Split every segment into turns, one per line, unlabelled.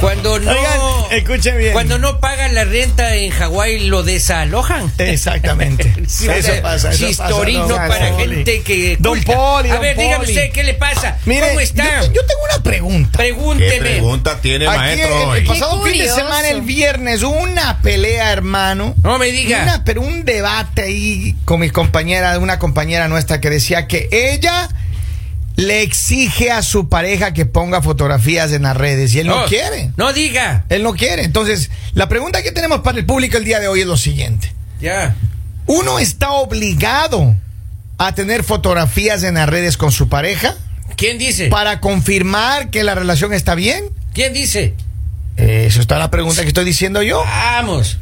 Cuando no,
Oigan, escuchen bien.
cuando no pagan la renta en Hawái, lo desalojan.
Exactamente.
Sí, o
eso
sea,
pasa, eso pasa.
chistorino
don
para
Poli.
gente que.
Don
culta.
Poli,
A
don
ver, dígame
Poli.
usted, ¿qué le pasa?
Mire,
¿Cómo está?
Yo, yo tengo una pregunta.
¿Qué
Pregúnteme.
pregunta tiene
Aquí
maestro
el, el
hoy?
pasado
Qué
fin de
curioso.
semana, el viernes, hubo una pelea, hermano.
No me diga.
Una, pero un debate ahí con mis compañeras, una compañera nuestra que decía que ella le exige a su pareja que ponga fotografías en las redes y él
Oh.
no, quiere.
No diga.
Él no quiere. Entonces, la pregunta que tenemos para el público el día de hoy es lo siguiente.
Ya.
¿Uno está obligado a tener fotografías en las redes con su pareja
¿Quién dice?
para confirmar que la relación está bien?
¿Quién dice?
Eso está la pregunta que estoy diciendo yo.
Vamos.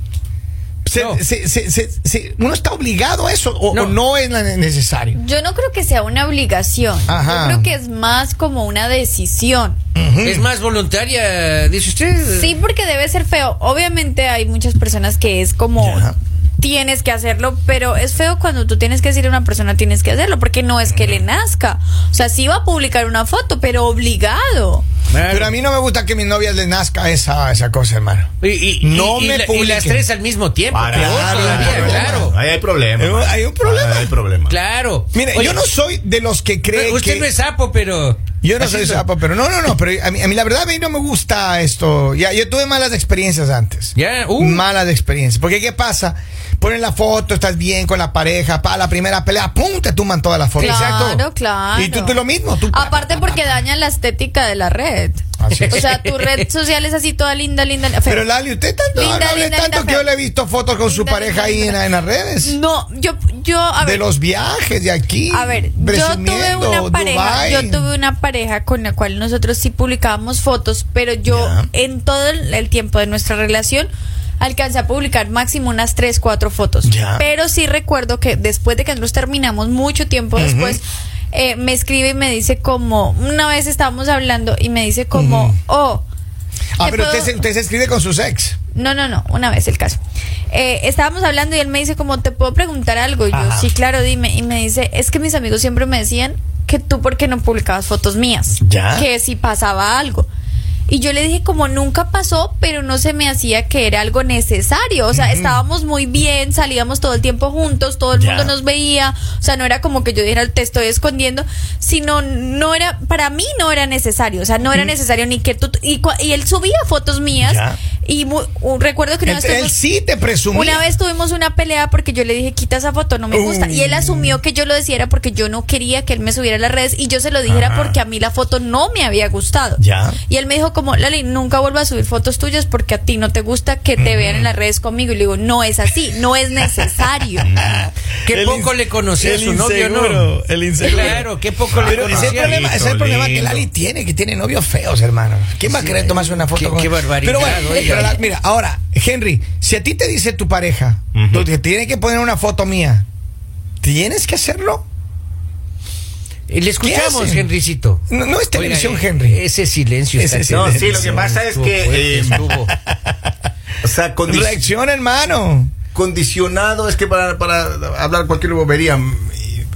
Se-
No.
se- se- se- se- uno está obligado a eso o o no,
No.
es la- necesario.
Yo no creo que sea una obligación.
Ajá. Mm.
Yo creo que es más como una decisión.
Hmm.
Es más voluntaria, dice usted.
Sí, porque debe ser feo. Obviamente hay muchas personas que es como
Ya.
tienes que hacerlo, pero es feo cuando tú tienes que decirle a una persona tienes que hacerlo, porque no es que
Mm.
le nazca. O sea, sí va a publicar una foto, pero obligado.
Claro.
Pero a mí no me gusta que a mis novias les nazca esa, esa cosa, hermano.
Y, y-
No
y- y
me
la- y
publiquen.
las tres al mismo tiempo.
Para-
peor
Claro,
todavía,
claro.
claro.
Ahí hay problema.
Eh, hay un problema.
Ahí hay problema.
Claro.
Mire,
Oye, eh,
yo no soy de los que cree
Usted
que...
no es sapo, pero.
Yo no
Así
soy
es.
sapo, pero no, no, no, pero a mí, a mí la verdad a mí no me gusta esto. Ya, yo tuve malas experiencias antes.
Ya, uh.
Malas experiencias. Porque ¿qué pasa? Ponen la foto, estás bien con la pareja, para la primera pelea, ¡pum! te tumban todas las fotos.
Claro, claro.
Y tú, tú lo mismo. Tú,
Aparte porque daña la estética de la red.
Así es.
O sea, tu red social es así toda linda, linda. feo.
Pero Lali, usted tanto,
Linda,
no hable
linda,
tanto
linda,
que yo
fea.
le he visto fotos con su
Linda,
pareja
linda,
ahí en,
linda.
en las redes.
No, yo, yo, a
de
ver.
los viajes de aquí.
A ver, yo tuve
presumiendo,
una pareja,
Dubái.
yo tuve una pareja con la cual nosotros sí publicábamos fotos, pero yo
Ya.
en todo el, el tiempo de nuestra relación alcancé a publicar máximo unas 3, 4 fotos.
Ya.
Pero sí recuerdo que después de que nosotros terminamos, mucho tiempo después, eh, me escribe y me dice como, una vez estábamos hablando y me dice como, oh,
Ah,
¿te
pero usted
puedo-
se, usted se escribe con sus ex.
no, no, no, una vez el caso. Eh, estábamos hablando y él me dice como, ¿te puedo preguntar algo? Y yo,
Ajá.
sí, claro, dime. Y me dice, es que mis amigos siempre me decían que tú por qué no publicabas fotos mías.
Ya.
Que si pasaba algo. Y yo le dije como nunca pasó, pero no se me hacía que era algo necesario. O sea, estábamos muy bien, salíamos todo el tiempo juntos, todo el
Ya.
mundo nos veía. O sea, no era como que yo dijera te estoy escondiendo, sino no era, para mí no era necesario. O sea, no era necesario ni que tú... Y, cua- y él subía fotos mías
Ya.
y mu- un- recuerdo que una
Él,
vez,
él
tuvimos-
sí te presumía.
una vez tuvimos una pelea porque yo le dije, quita esa foto, no me gusta. Y él asumió que yo lo decía era porque yo no quería que él me subiera a las redes y yo se lo dijera porque a mí la foto no me había gustado.
Ya.
Y él me dijo como, Lali, nunca vuelvas a subir fotos tuyas porque a ti no te gusta que te vean en las redes conmigo. Y le digo, no es así, no es necesario.
Qué
El
poco
ins-
le conocía a
el
su novio, ¿no?
inseguro, el inseguro.
Claro, qué poco le
Pero ese es el
conocía.
problema, ese es el
Lindo,
problema que
lindo.
Lali tiene, que tiene novios feos, hermano. ¿Quién va a querer tomarse una foto
qué-
con
qué barbaridad,
Pero bueno,
oiga.
pero la- mira, ahora, Henry, si a ti te dice tu pareja,
Ujú.
tú te tienes que poner una foto mía, ¿tienes que hacerlo?
Y Le
¿Qué
escuchamos,
hacen?
Henrycito.
No, no es televisión,
Oiga, eh,
Henry.
Ese silencio
Ese
está
silencio.
terrible.
No, sí, lo que pasa es que,
fuerte,
eh,
estuvo.
O sea, condi-
Reacciona, hermano.
condicionado es que para, para hablar cualquier bobería. mm,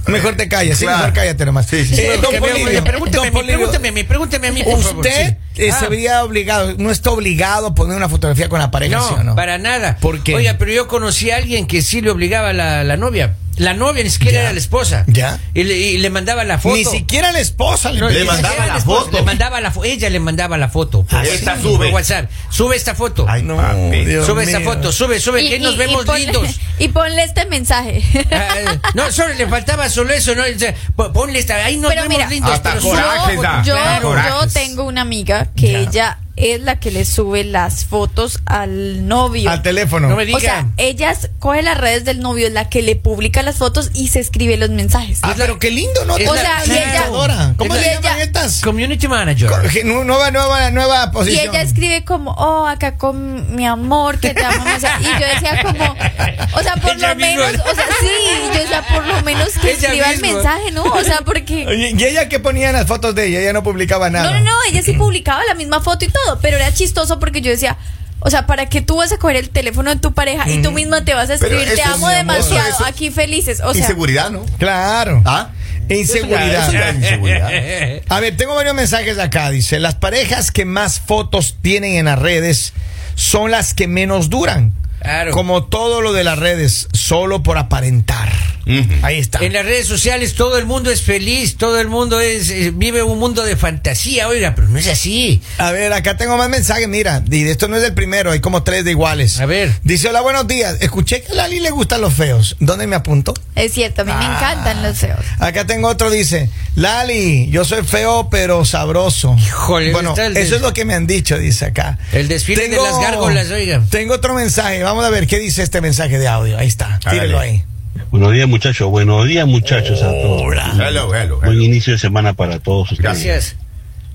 Mejor te calles, sí,
Claro.
mejor cállate nomás.
Sí, sí.
Eh,
Porque
don
me-
Polibio,
oye, Pregúnteme
don
a mí,
Polibio,
pregúnteme a mí, pregúnteme a mí, por favor,
Usted
sí.
eh,
Ah.
se vería obligado, no está obligado a poner una fotografía con la pareja,
No,
¿sí o no?
para nada.
¿Por qué?
Oiga, pero yo conocí a alguien que sí le obligaba a la, la novia. La novia ni siquiera
Ya.
era la esposa.
Ya.
Y le, y le mandaba la foto.
Ni siquiera la esposa le
No,
Le
ni
mandaba
siquiera
la
esposa,
foto.
Le mandaba la fo- ella le mandaba la foto. por
Ah,
WhatsApp,
esta sube.
por WhatsApp. Sube esta foto.
Ay,
No,
papi.
Dios
sube esta
mío.
foto. Sube, sube. que nos vemos
ponle,
lindos.
y ponle este mensaje.
Ah, no, solo le faltaba solo eso, ¿no? O sea, po- ponle esta, ahí nos
Pero
vemos
mira,
lindos.
Hasta
pero
coraje. corajes da,
yo, yo
corajes.
tengo una amiga que
Ya.
ella es la que le sube las fotos al novio.
Al teléfono.
No me digas.
O sea, ellas coge las redes del novio, es la que le publica las fotos y se escribe los mensajes.
Ah, pero qué lindo, ¿no?
Es
O sea,
la-
y ella-
Presentadora. ¿Cómo
y
se llaman
ella-
estas?
Community manager.
Co- nu- Nueva, nueva, nueva
y
posición.
ella escribe como, oh, acá con mi amor, que te amo. o sea, y yo decía como, o sea, por
Ella
lo
misma.
menos, o sea, sí, yo decía, por lo menos que
Ella
escriba el
misma.
mensaje, ¿no? O sea, porque...
Oye, ¿Y ella qué ponía en las fotos de ella? Ella no publicaba nada.
No, no, no, ella sí publicaba la misma foto y todo, pero era chistoso porque yo decía, O sea, ¿para qué tú vas a coger el teléfono de tu pareja y tú misma te vas a
Pero
escribir,
eso
te
es
amo
mi amor".
demasiado,
Eso- eso-
aquí felices? O sea,
Inseguridad, ¿no?
Claro.
¿Ah?
Inseguridad.
Eso ya es inseguridad.
A ver, tengo varios mensajes acá. Dice, las parejas que más fotos tienen en las redes son las que menos duran.
Claro.
Como todo lo de las redes, solo por aparentar.
Ujú.
Ahí está.
En las redes sociales todo el mundo es feliz, todo el mundo es eh, vive un mundo de fantasía, oiga, pero no es así.
A ver, acá tengo más mensajes, mira. Y esto no es el primero, hay como tres de iguales.
A ver.
Dice, hola, buenos días. Escuché que a Lali le gustan los feos. ¿Dónde me apunto?
es cierto, a mí
Ah.
me encantan los feos.
Acá tengo otro, dice, Lali, yo soy feo pero sabroso.
Híjole,
bueno,
está el
eso
de-
es lo que me han dicho, dice acá.
El desfile de las gárgolas, oiga.
Tengo otro mensaje, vamos a ver qué dice este mensaje de audio. Ahí está,
Hágale.
tírelo ahí.
Buenos días muchachos, buenos días muchachos a todos.
Hello, hello,
Buen
hello.
inicio de semana para todos ustedes.
Gracias.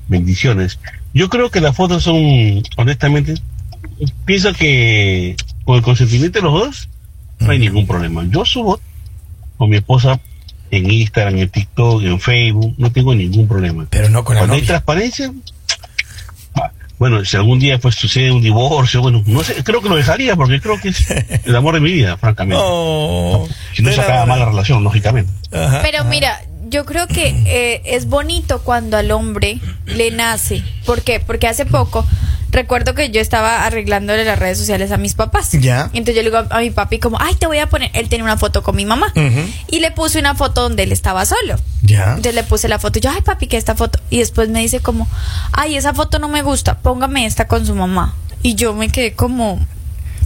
Bendiciones. Yo creo que las fotos son, honestamente, pienso que con el consentimiento de los dos no hay ningún problema. Yo subo con mi esposa en Instagram, en TikTok, en Facebook, no tengo ningún problema.
Pero no con la
Cuando hay
novia.
transparencia, ah, bueno, si algún día pues sucede un divorcio, bueno, no sé, creo que lo dejaría porque creo que es el amor de mi vida, francamente.
Oh,
Si no se
pero-
acaba mal la relación, lógicamente.
Ajá.
Pero mira, yo creo que eh, es bonito cuando al hombre le nace. ¿Por qué? Porque hace poco recuerdo que yo estaba arreglándole las redes sociales a mis papás.
Ya.
Entonces yo le digo a, a mi papi como, ay, te voy a poner, él tiene una foto con mi mamá.
Ujú.
Y le puse una foto donde él estaba solo.
Ya.
Entonces le puse la foto y yo, ay papi, ¿qué es esta foto? Y después me dice como, ay, esa foto no me gusta, póngame esta con su mamá. Y yo me quedé como,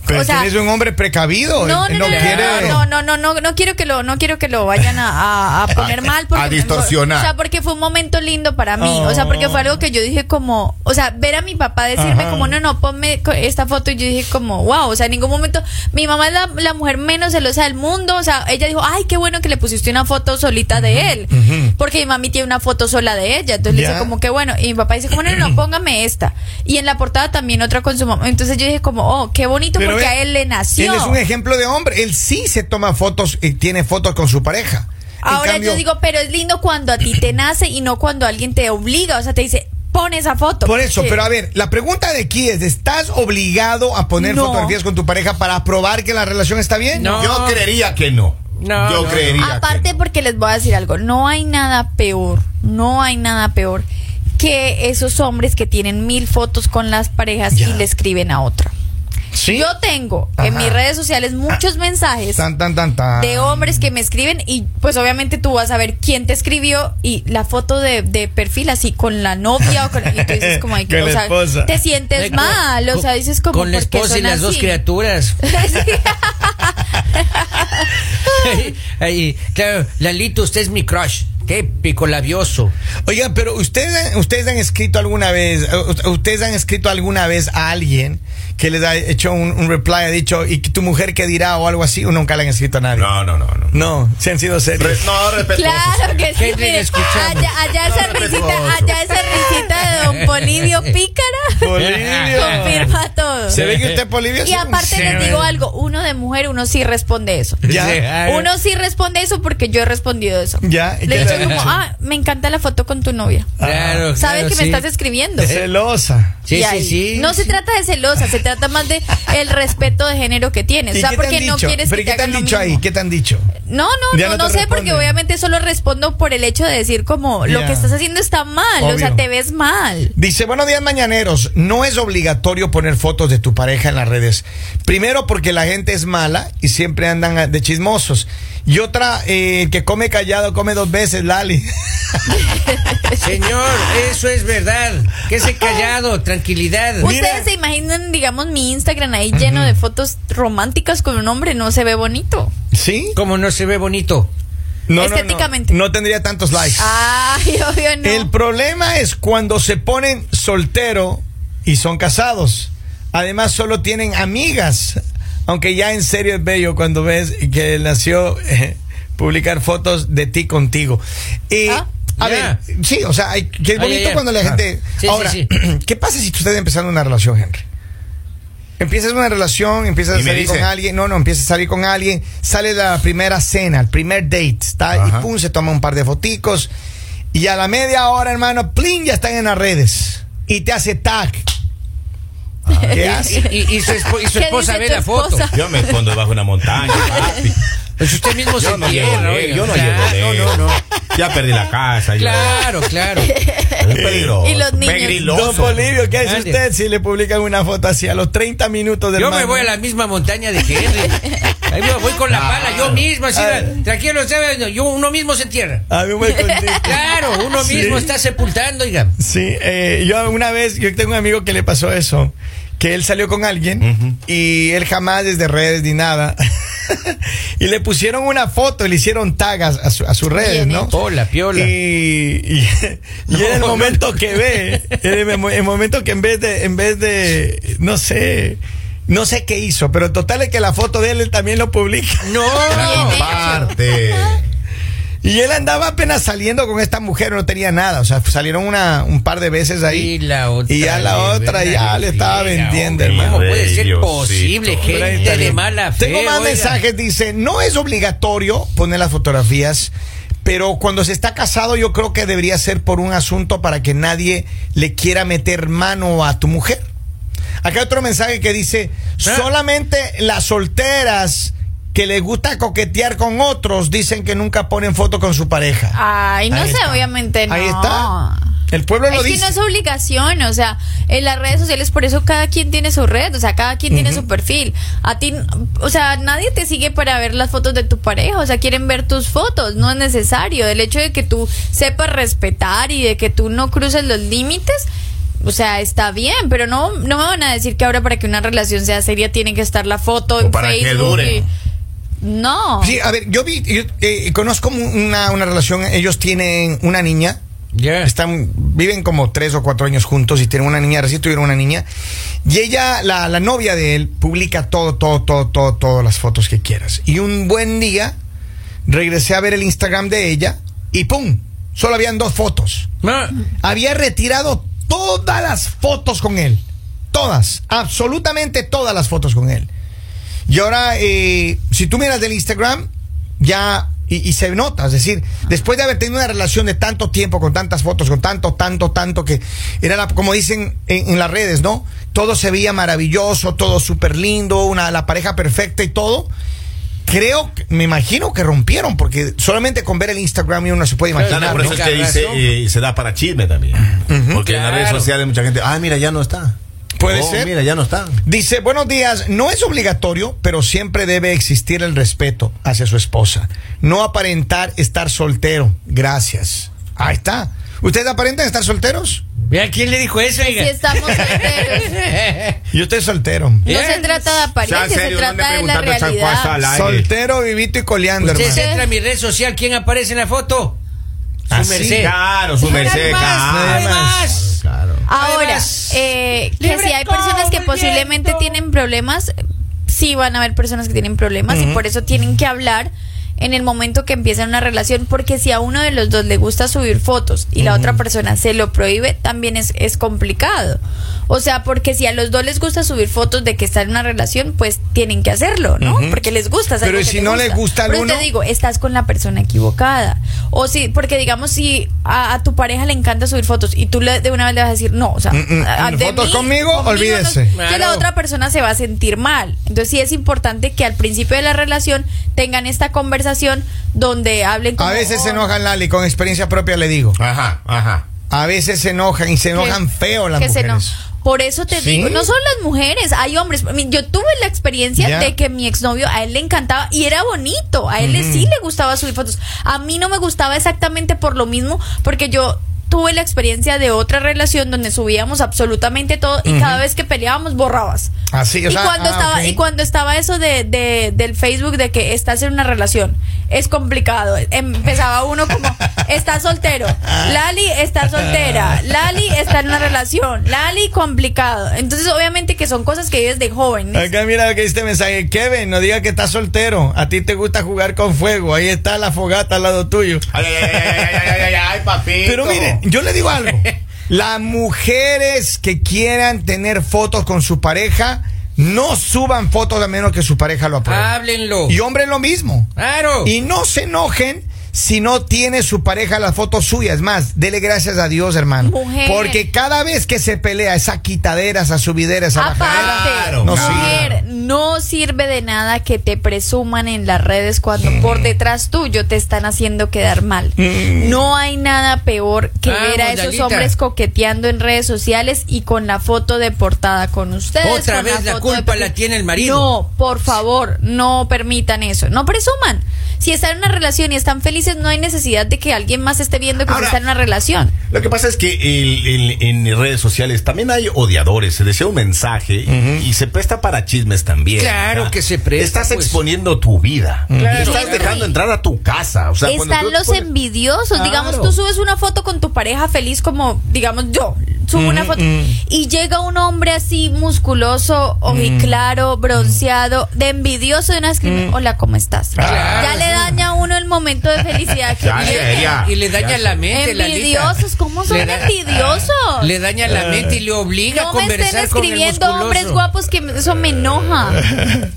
Pero
o sea-
tienes un hombre precavido.
no,
él
no, no, no,
quiere-
no, no, no, no, no quiero que lo, no quiero que lo vayan a, a- a poner
eh,
mal, porque
a distorsionar.
o sea, porque fue un momento lindo para mí, o sea, porque fue algo que yo dije como, o sea, ver a mi papá decirme
Ajá.
como, no, no, ponme co- esta foto y yo dije como, wow, o sea, en ningún momento, mi mamá es la, la mujer menos celosa del mundo, o sea, ella dijo, ay, qué bueno que le pusiste una foto solita de él,
ujú.
porque mi mami tiene una foto sola de ella, entonces le
Ya.
dice como que bueno, y mi papá dice como, no, no, no, póngame esta, y en la portada también otra con su mamá, entonces yo dije como, oh, qué bonito
Pero
porque a él le nació.
Él es un ejemplo de hombre. Él sí se toma fotos y tiene fotos con su pareja. En
Ahora
cambio-
yo digo, pero es lindo cuando a ti te nace y no cuando alguien te obliga, o sea, te dice, pon esa foto.
Por eso,
Sí.
pero a ver, la pregunta de aquí es, ¿estás obligado a poner
No.
fotografías con tu pareja para probar que la relación está bien?
No.
Yo creería que no.
No,
Yo
no,
creería. que
Aparte
no.
porque les voy a decir algo, no hay nada peor, no hay nada peor que esos hombres que tienen mil fotos con las parejas
Ya.
y le escriben a otra.
Sí.
Yo tengo en
Ajá. Ah,
mis redes sociales muchos mensajes
Tan, tan, tan, tan.
de hombres que me escriben y pues obviamente tú vas a ver quién te escribió y la foto de, de perfil así con la novia o con y tú dices como ay,
Con
o
la
sea,
esposa.
te sientes
Con-
mal, o sea, dices como
con la
¿por qué
esposa y
son
las dos
así?
criaturas. Ahí, ahí, claro, Lalito, usted es mi crush. Qué pico labioso.
Oigan, pero ustedes, ustedes han escrito alguna vez, eh, u- ustedes han escrito alguna vez a alguien que les ha hecho un, un reply, ha dicho, ¿y tu mujer qué dirá? o algo así, o nunca le han escrito a nadie.
No, no, no, no.
No, se han sido
Re-
serios.
no, respetuoso.
Claro que sí.
Henry,
mire,
le escuchamos.
Allá, allá esa
No, respetuoso.
risita, allá esa risita de don Polivio Pícara
Polibio.
confirma todo.
Se ve que usted Polibio
Y
es un
aparte
ser-
les digo algo, uno de mujer, uno sí responde eso.
Ya.
Sí, ay,
Uno sí responde eso porque yo he respondido eso.
Ya, ¿y
Le
qué le
he dicho
han
como,
dicho?
ah, me encanta la foto con tu novia.
Claro,
Ah, Sabes
claro,
que me
sí.
estás escribiendo.
Celosa.
Sí,
Y
sí,
ahí-
sí.
No se trata de celosa, se trata más de el respeto de género que tienes. O sea,
¿Y qué te
porque
han
no
dicho?
quieres
¿Pero
que
qué
te
te han
hagan lo
dicho ahí?
mismo.
¿Qué te han dicho?
No, no,
Ya
no,
no
no
te
sé,
responden.
porque obviamente solo respondo por el hecho de decir como lo
Ya.
que estás haciendo está mal, o sea,
Obvio.
te ves mal.
Dice, buenos días mañaneros, no es obligatorio poner fotos de tu pareja en las redes. Primero porque la gente es mala y siempre andan a- de chismosos. Y otra, eh, que come callado, come dos veces, Lali.
Señor, eso es verdad. Que se callado, tranquilidad.
Ustedes se imaginan, digamos, mi Instagram ahí lleno de fotos románticas con un hombre, no se ve bonito.
¿Sí?
Como no se ve bonito.
No, no, no.
Estéticamente. Ah,
No, tendría tantos likes.
Ay, obvio no.
El problema es cuando se ponen soltero y son casados. Además, solo tienen amigas. Aunque ya en serio es bello cuando ves que nació eh, publicar fotos de ti contigo. Y,
Ah.
A
Ya.
ver, sí, o sea, hay- que es
Ay,
bonito
ay, ay.
cuando la
Claro.
gente.
Ah, Sí,
Ahora,
sí,
¿qué pasa si tú estás empezando una relación, Henry? Empiezas una relación, empiezas
Y
a
me
salir
dice.
con alguien, no, no, empiezas a salir con alguien, sale la primera cena, el primer date, está, y
Ajá.
pum, se toma un par de foticos, y a la media hora, hermano, plin, ya están en las redes, y te hace tag. ¿Qué hace?
Ah, Y, y- y su, espo- y su
¿Qué
esposa
dice
ve
tu
la foto.
esposa?
Yo me escondo debajo de una montaña, papi.
Pues usted mismo se
Yo no llego,
entierra,
lejos,
oiga.
yo no
Claro,
llego. lejos.
no, no.
Ya perdí la casa. yo-
Claro, claro.
Es peligroso.
Y los niños.
Pegriloso.
Don Polivio, ¿qué hace
Ande.
usted si le publican una foto así a los 30 minutos del
Yo me
mando?
voy a la misma montaña de Henry. Ahí me voy con la
Ah.
pala, yo mismo, así, tranquilo, ¿sabe? No, yo uno mismo se entierra.
A mí me contigo.
Claro, uno
Sí.
mismo está sepultando, oiga.
Sí, eh, yo una vez, yo tengo un amigo que le pasó eso, que él salió con alguien
Ujú.
y él jamás desde redes ni nada. y le pusieron una foto, le hicieron tagas a, su- a sus redes, ¿no?
Hola, piola.
Y, y- y en el
No,
momento que ve, en el, mo- el momento que en vez de, en vez de, no sé, no sé qué hizo, pero total es que la foto de él, él también lo publica.
No,
Parte.
Eh,
Y él andaba apenas saliendo con esta mujer, no tenía nada, o sea, salieron una, un par de veces ahí.
Y la otra.
Y ya la
le
otra
ven
ya
ahí,
le estaba
hombre,
vendiendo,
¿Cómo
hermano.
puede ser
Diosito.
posible,
Hombre, ahí
gente
está
de
bien.
mala fe?
Tengo más
oiga?
mensajes, dice, no es obligatorio poner las fotografías, pero cuando se está casado yo creo que debería ser por un asunto para que nadie le quiera meter mano a tu mujer. Acá hay otro mensaje que dice,
Ah.
solamente las solteras que les gusta coquetear con otros dicen que nunca ponen foto con su pareja.
Ay, no
Ahí
sé,
está.
obviamente no.
Ahí está. El pueblo
Es
lo
que
dice.
no es obligación, o sea, en las redes sociales, por eso cada quien tiene su red, o sea, cada quien tiene su perfil. A ti, o sea, nadie te sigue para ver las fotos de tu pareja, o sea, quieren ver tus fotos, no es necesario. El hecho de que tú sepas respetar y de que tú no cruces los límites. O sea, está bien, pero no, no me van a decir que ahora para que una relación sea seria tiene que estar la foto en
para que
Facebook.
dure.
y- No.
Sí, a ver, yo vi, yo, eh, conozco una, una relación, ellos tienen una niña,
Ya.
están, viven como tres o cuatro años juntos y tienen una niña, recién tuvieron una niña, y ella, la, la novia de él, publica todo, todo, todo, todo, todas las fotos que quieras. Y un buen día, regresé a ver el Instagram de ella y ¡pum! Solo habían dos fotos.
Ma-
Había retirado todas las fotos con él. Todas, absolutamente todas las fotos con él. Y ahora, eh, si tú miras del Instagram, ya. Y, y se nota, es decir, después de haber tenido una relación de tanto tiempo, con tantas fotos, con tanto, tanto, tanto, que era la- como dicen en, en las redes, ¿no? Todo se veía maravilloso, todo súper lindo, una, la pareja perfecta y todo. Creo, que- me imagino que rompieron, porque solamente con ver el Instagram uno se puede
Claro,
imaginar.
Claro, por
¿no?
eso es que dice,
Ah, Razón.
eh, se da para chisme también. Porque en las redes
Claro.
sociales mucha gente, ah, mira, ya no está.
Puede
Oh,
ser.
Mira, ya no está.
Dice, buenos días, no es obligatorio, pero siempre debe existir el respeto hacia su esposa. No aparentar estar soltero. Gracias. Ahí está. ¿Ustedes aparentan estar solteros?
Vea, ¿quién le dijo eso,
Si
oiga?
estamos solteros.
Yo estoy soltero.
No
Bien.
se trata de apariencia,
Sea
se
serio, no ande
trata de la
preguntando chacuazas
realidad.
al aire.
Soltero, vivito y coleando,
Usted
hermano.
se entra a mi red social, ¿quién aparece en la foto? Su
Así,
merced.
Claro, su
Nadie
merced,
más, nadie
claro.
más.
Claro.
Ahora,
Además,
eh, que
libre
si hay personas que
movimiento.
posiblemente tienen problemas, eh, sí van a haber personas que tienen problemas y por eso tienen que hablar en el momento que empiezan una relación, porque si a uno de los dos le gusta subir fotos y la otra persona se lo prohíbe, también es, es complicado. O sea, porque si a los dos les gusta subir fotos de que están en una relación, pues tienen que hacerlo, ¿no? Porque les gusta. es
Pero
algo
¿y
que
si no les gusta al
Por eso te
uno?
digo, estás con la persona equivocada. O si, porque digamos, si a, a tu pareja le encanta subir fotos y tú le- de una vez le vas a decir, no, o sea,
Mm, mm,
a- a- de
fotos conmigo, olvídese.
no- Que
Claro.
la otra persona se va a sentir mal. Entonces sí es importante que al principio de la relación tengan esta conversación donde hablen como,
A veces
"Oh,
se enojan, Lali, con experiencia propia le digo.
Ajá, ajá.
A veces se enojan y se enojan
que-
feo las
que se
mujeres.
no- Por eso te
¿Sí?
digo, no son las mujeres, hay hombres. Mi- Yo tuve la experiencia
Ya.
de que mi exnovio a él le encantaba y era bonito, a él le- sí le gustaba subir fotos. A mí no me gustaba exactamente por lo mismo, porque yo tuve la experiencia de otra relación donde subíamos absolutamente todo y cada vez que peleábamos borrabas.
Así, o sea,
y cuando
ah,
estaba
ok.
y cuando estaba eso de, de- del Facebook de que estás en una relación es complicado empezaba uno como está soltero Lali está soltera Lali está en una relación Lali complicado entonces obviamente que son cosas que vives de joven
Acá mira lo que dice este mensaje. Kevin, no diga que estás soltero. A ti te gusta jugar con fuego. Ahí está la fogata al lado tuyo.
Ay, ay, ay, ay, ay, ay, ay, ay, ay, papito.
Pero miren, yo le digo algo. Las mujeres que quieran tener fotos con su pareja, no suban fotos a menos que su pareja lo apruebe.
Háblenlo.
Y hombres lo mismo.
Claro.
Y no se enojen si no tiene su pareja las fotos suyas. Más, dele gracias a Dios, hermano.
Mujer.
Porque cada vez que se pelea, esa quitadera, esa subidera,
Ah,
esa bajadera.
Aparte,
Claro,
no
mujer, no sirve de nada que te presuman en las redes cuando
Mm.
por detrás tuyo te están haciendo quedar mal.
Mm.
No hay nada peor que
Vamos,
ver a esos
Dalita.
hombres coqueteando en redes sociales y con la foto de portada con ustedes.
Otra
con
vez la
foto de
culpa
perfil.
la tiene el marido.
No, por favor, no permitan eso. No presuman. Si están en una relación y están felices, no hay necesidad de que alguien más esté viendo que
Ahora-
están en una relación.
Lo que pasa es que el- el- en redes sociales también hay odiadores, se desea un mensaje y se presta para chismes también.
Claro que se presta,
Estás
pues.
exponiendo tu vida.
Claro.
Estás dejando entrar a tu casa. O sea, cuando
Están
tú te
los
pones-
envidiosos.
Claro.
Digamos, tú subes una foto con tu pareja feliz, como, digamos, yo subo
Mm,
una foto y llega un hombre así musculoso,
Mm.
ojiclaro, bronceado, de envidioso de una escribe, hola, ¿cómo estás?
Mm. Claro.
Ya le daña a uno el momento de felicidad que
Ya,
vive.
ya,
Y le daña la mente, la
Envidiosos, ¿cómo son envidiosos?
Le daña
Eh.
la mente y le obliga a
no me estén
conversar con el
escribiendo
musculoso.
hombres guapos que me- eso me enoja.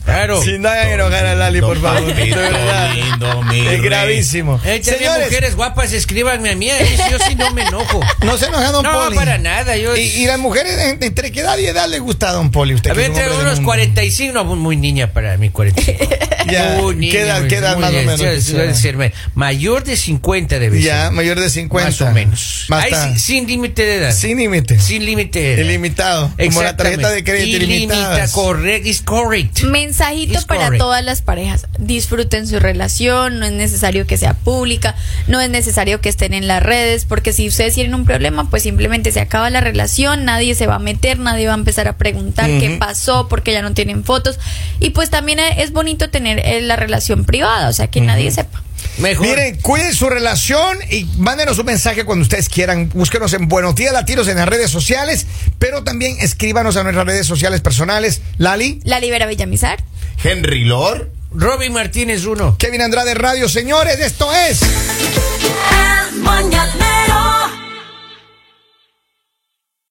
Claro.
Si no hagan enojar a Lali, por favor.
Don Pepito,
De verdad.
lindo, mi
es
rey.
gravísimo.
Eh, también mujeres guapas, escríbanme a mí. a mí sí, Yo sí no me enojo.
No se enoja Don
No,
Poli.
para nada, yo-
Y, y las mujeres, en- ¿entre qué edad y edad le gusta a Don Poli? Usted
A
que es
ver,
un hombre
tengo
de
unos
mundo.
45, no, pues, muy niña para mí, 45.
Ya,
Muy niña,
¿qué edad-
muy-
qué edad
muy
más o
bien,
menos
yo- yo
quisiera?
decirme, mayor de 50 debe
Ya,
ser.
mayor de 50.
Más o menos.
Más
Ahí
ta-
sí, sin límite de edad.
Sin límite.
Sin límite de edad.
Ilimitado. Como la
Exactamente.
tarjeta de crédito ilimitada.
Ilimita, correct, is correct.
Mensajito
It's
para
correct.
todas las parejas. Disfruten su relación, no es necesario que sea pública, no es necesario que estén en las redes, porque si ustedes tienen un problema, pues simplemente se acaba la relación, nadie se va a meter, nadie va a empezar a preguntar qué pasó, porque ya no tienen fotos. Y pues también eh, es bonito tener eh, la relación privada, o sea, que nadie sepa.
Mejor.
Miren, cuiden su relación y mándenos un mensaje cuando ustedes quieran. Búsquenos en Buenos Días Latinos en las redes sociales, pero también escríbanos a nuestras redes sociales personales. Lali,
La libera Villamizar.
Henry Lord.
Robin Martínez uno.
Kevin Andrade Radio, señores, esto es...
El mañanero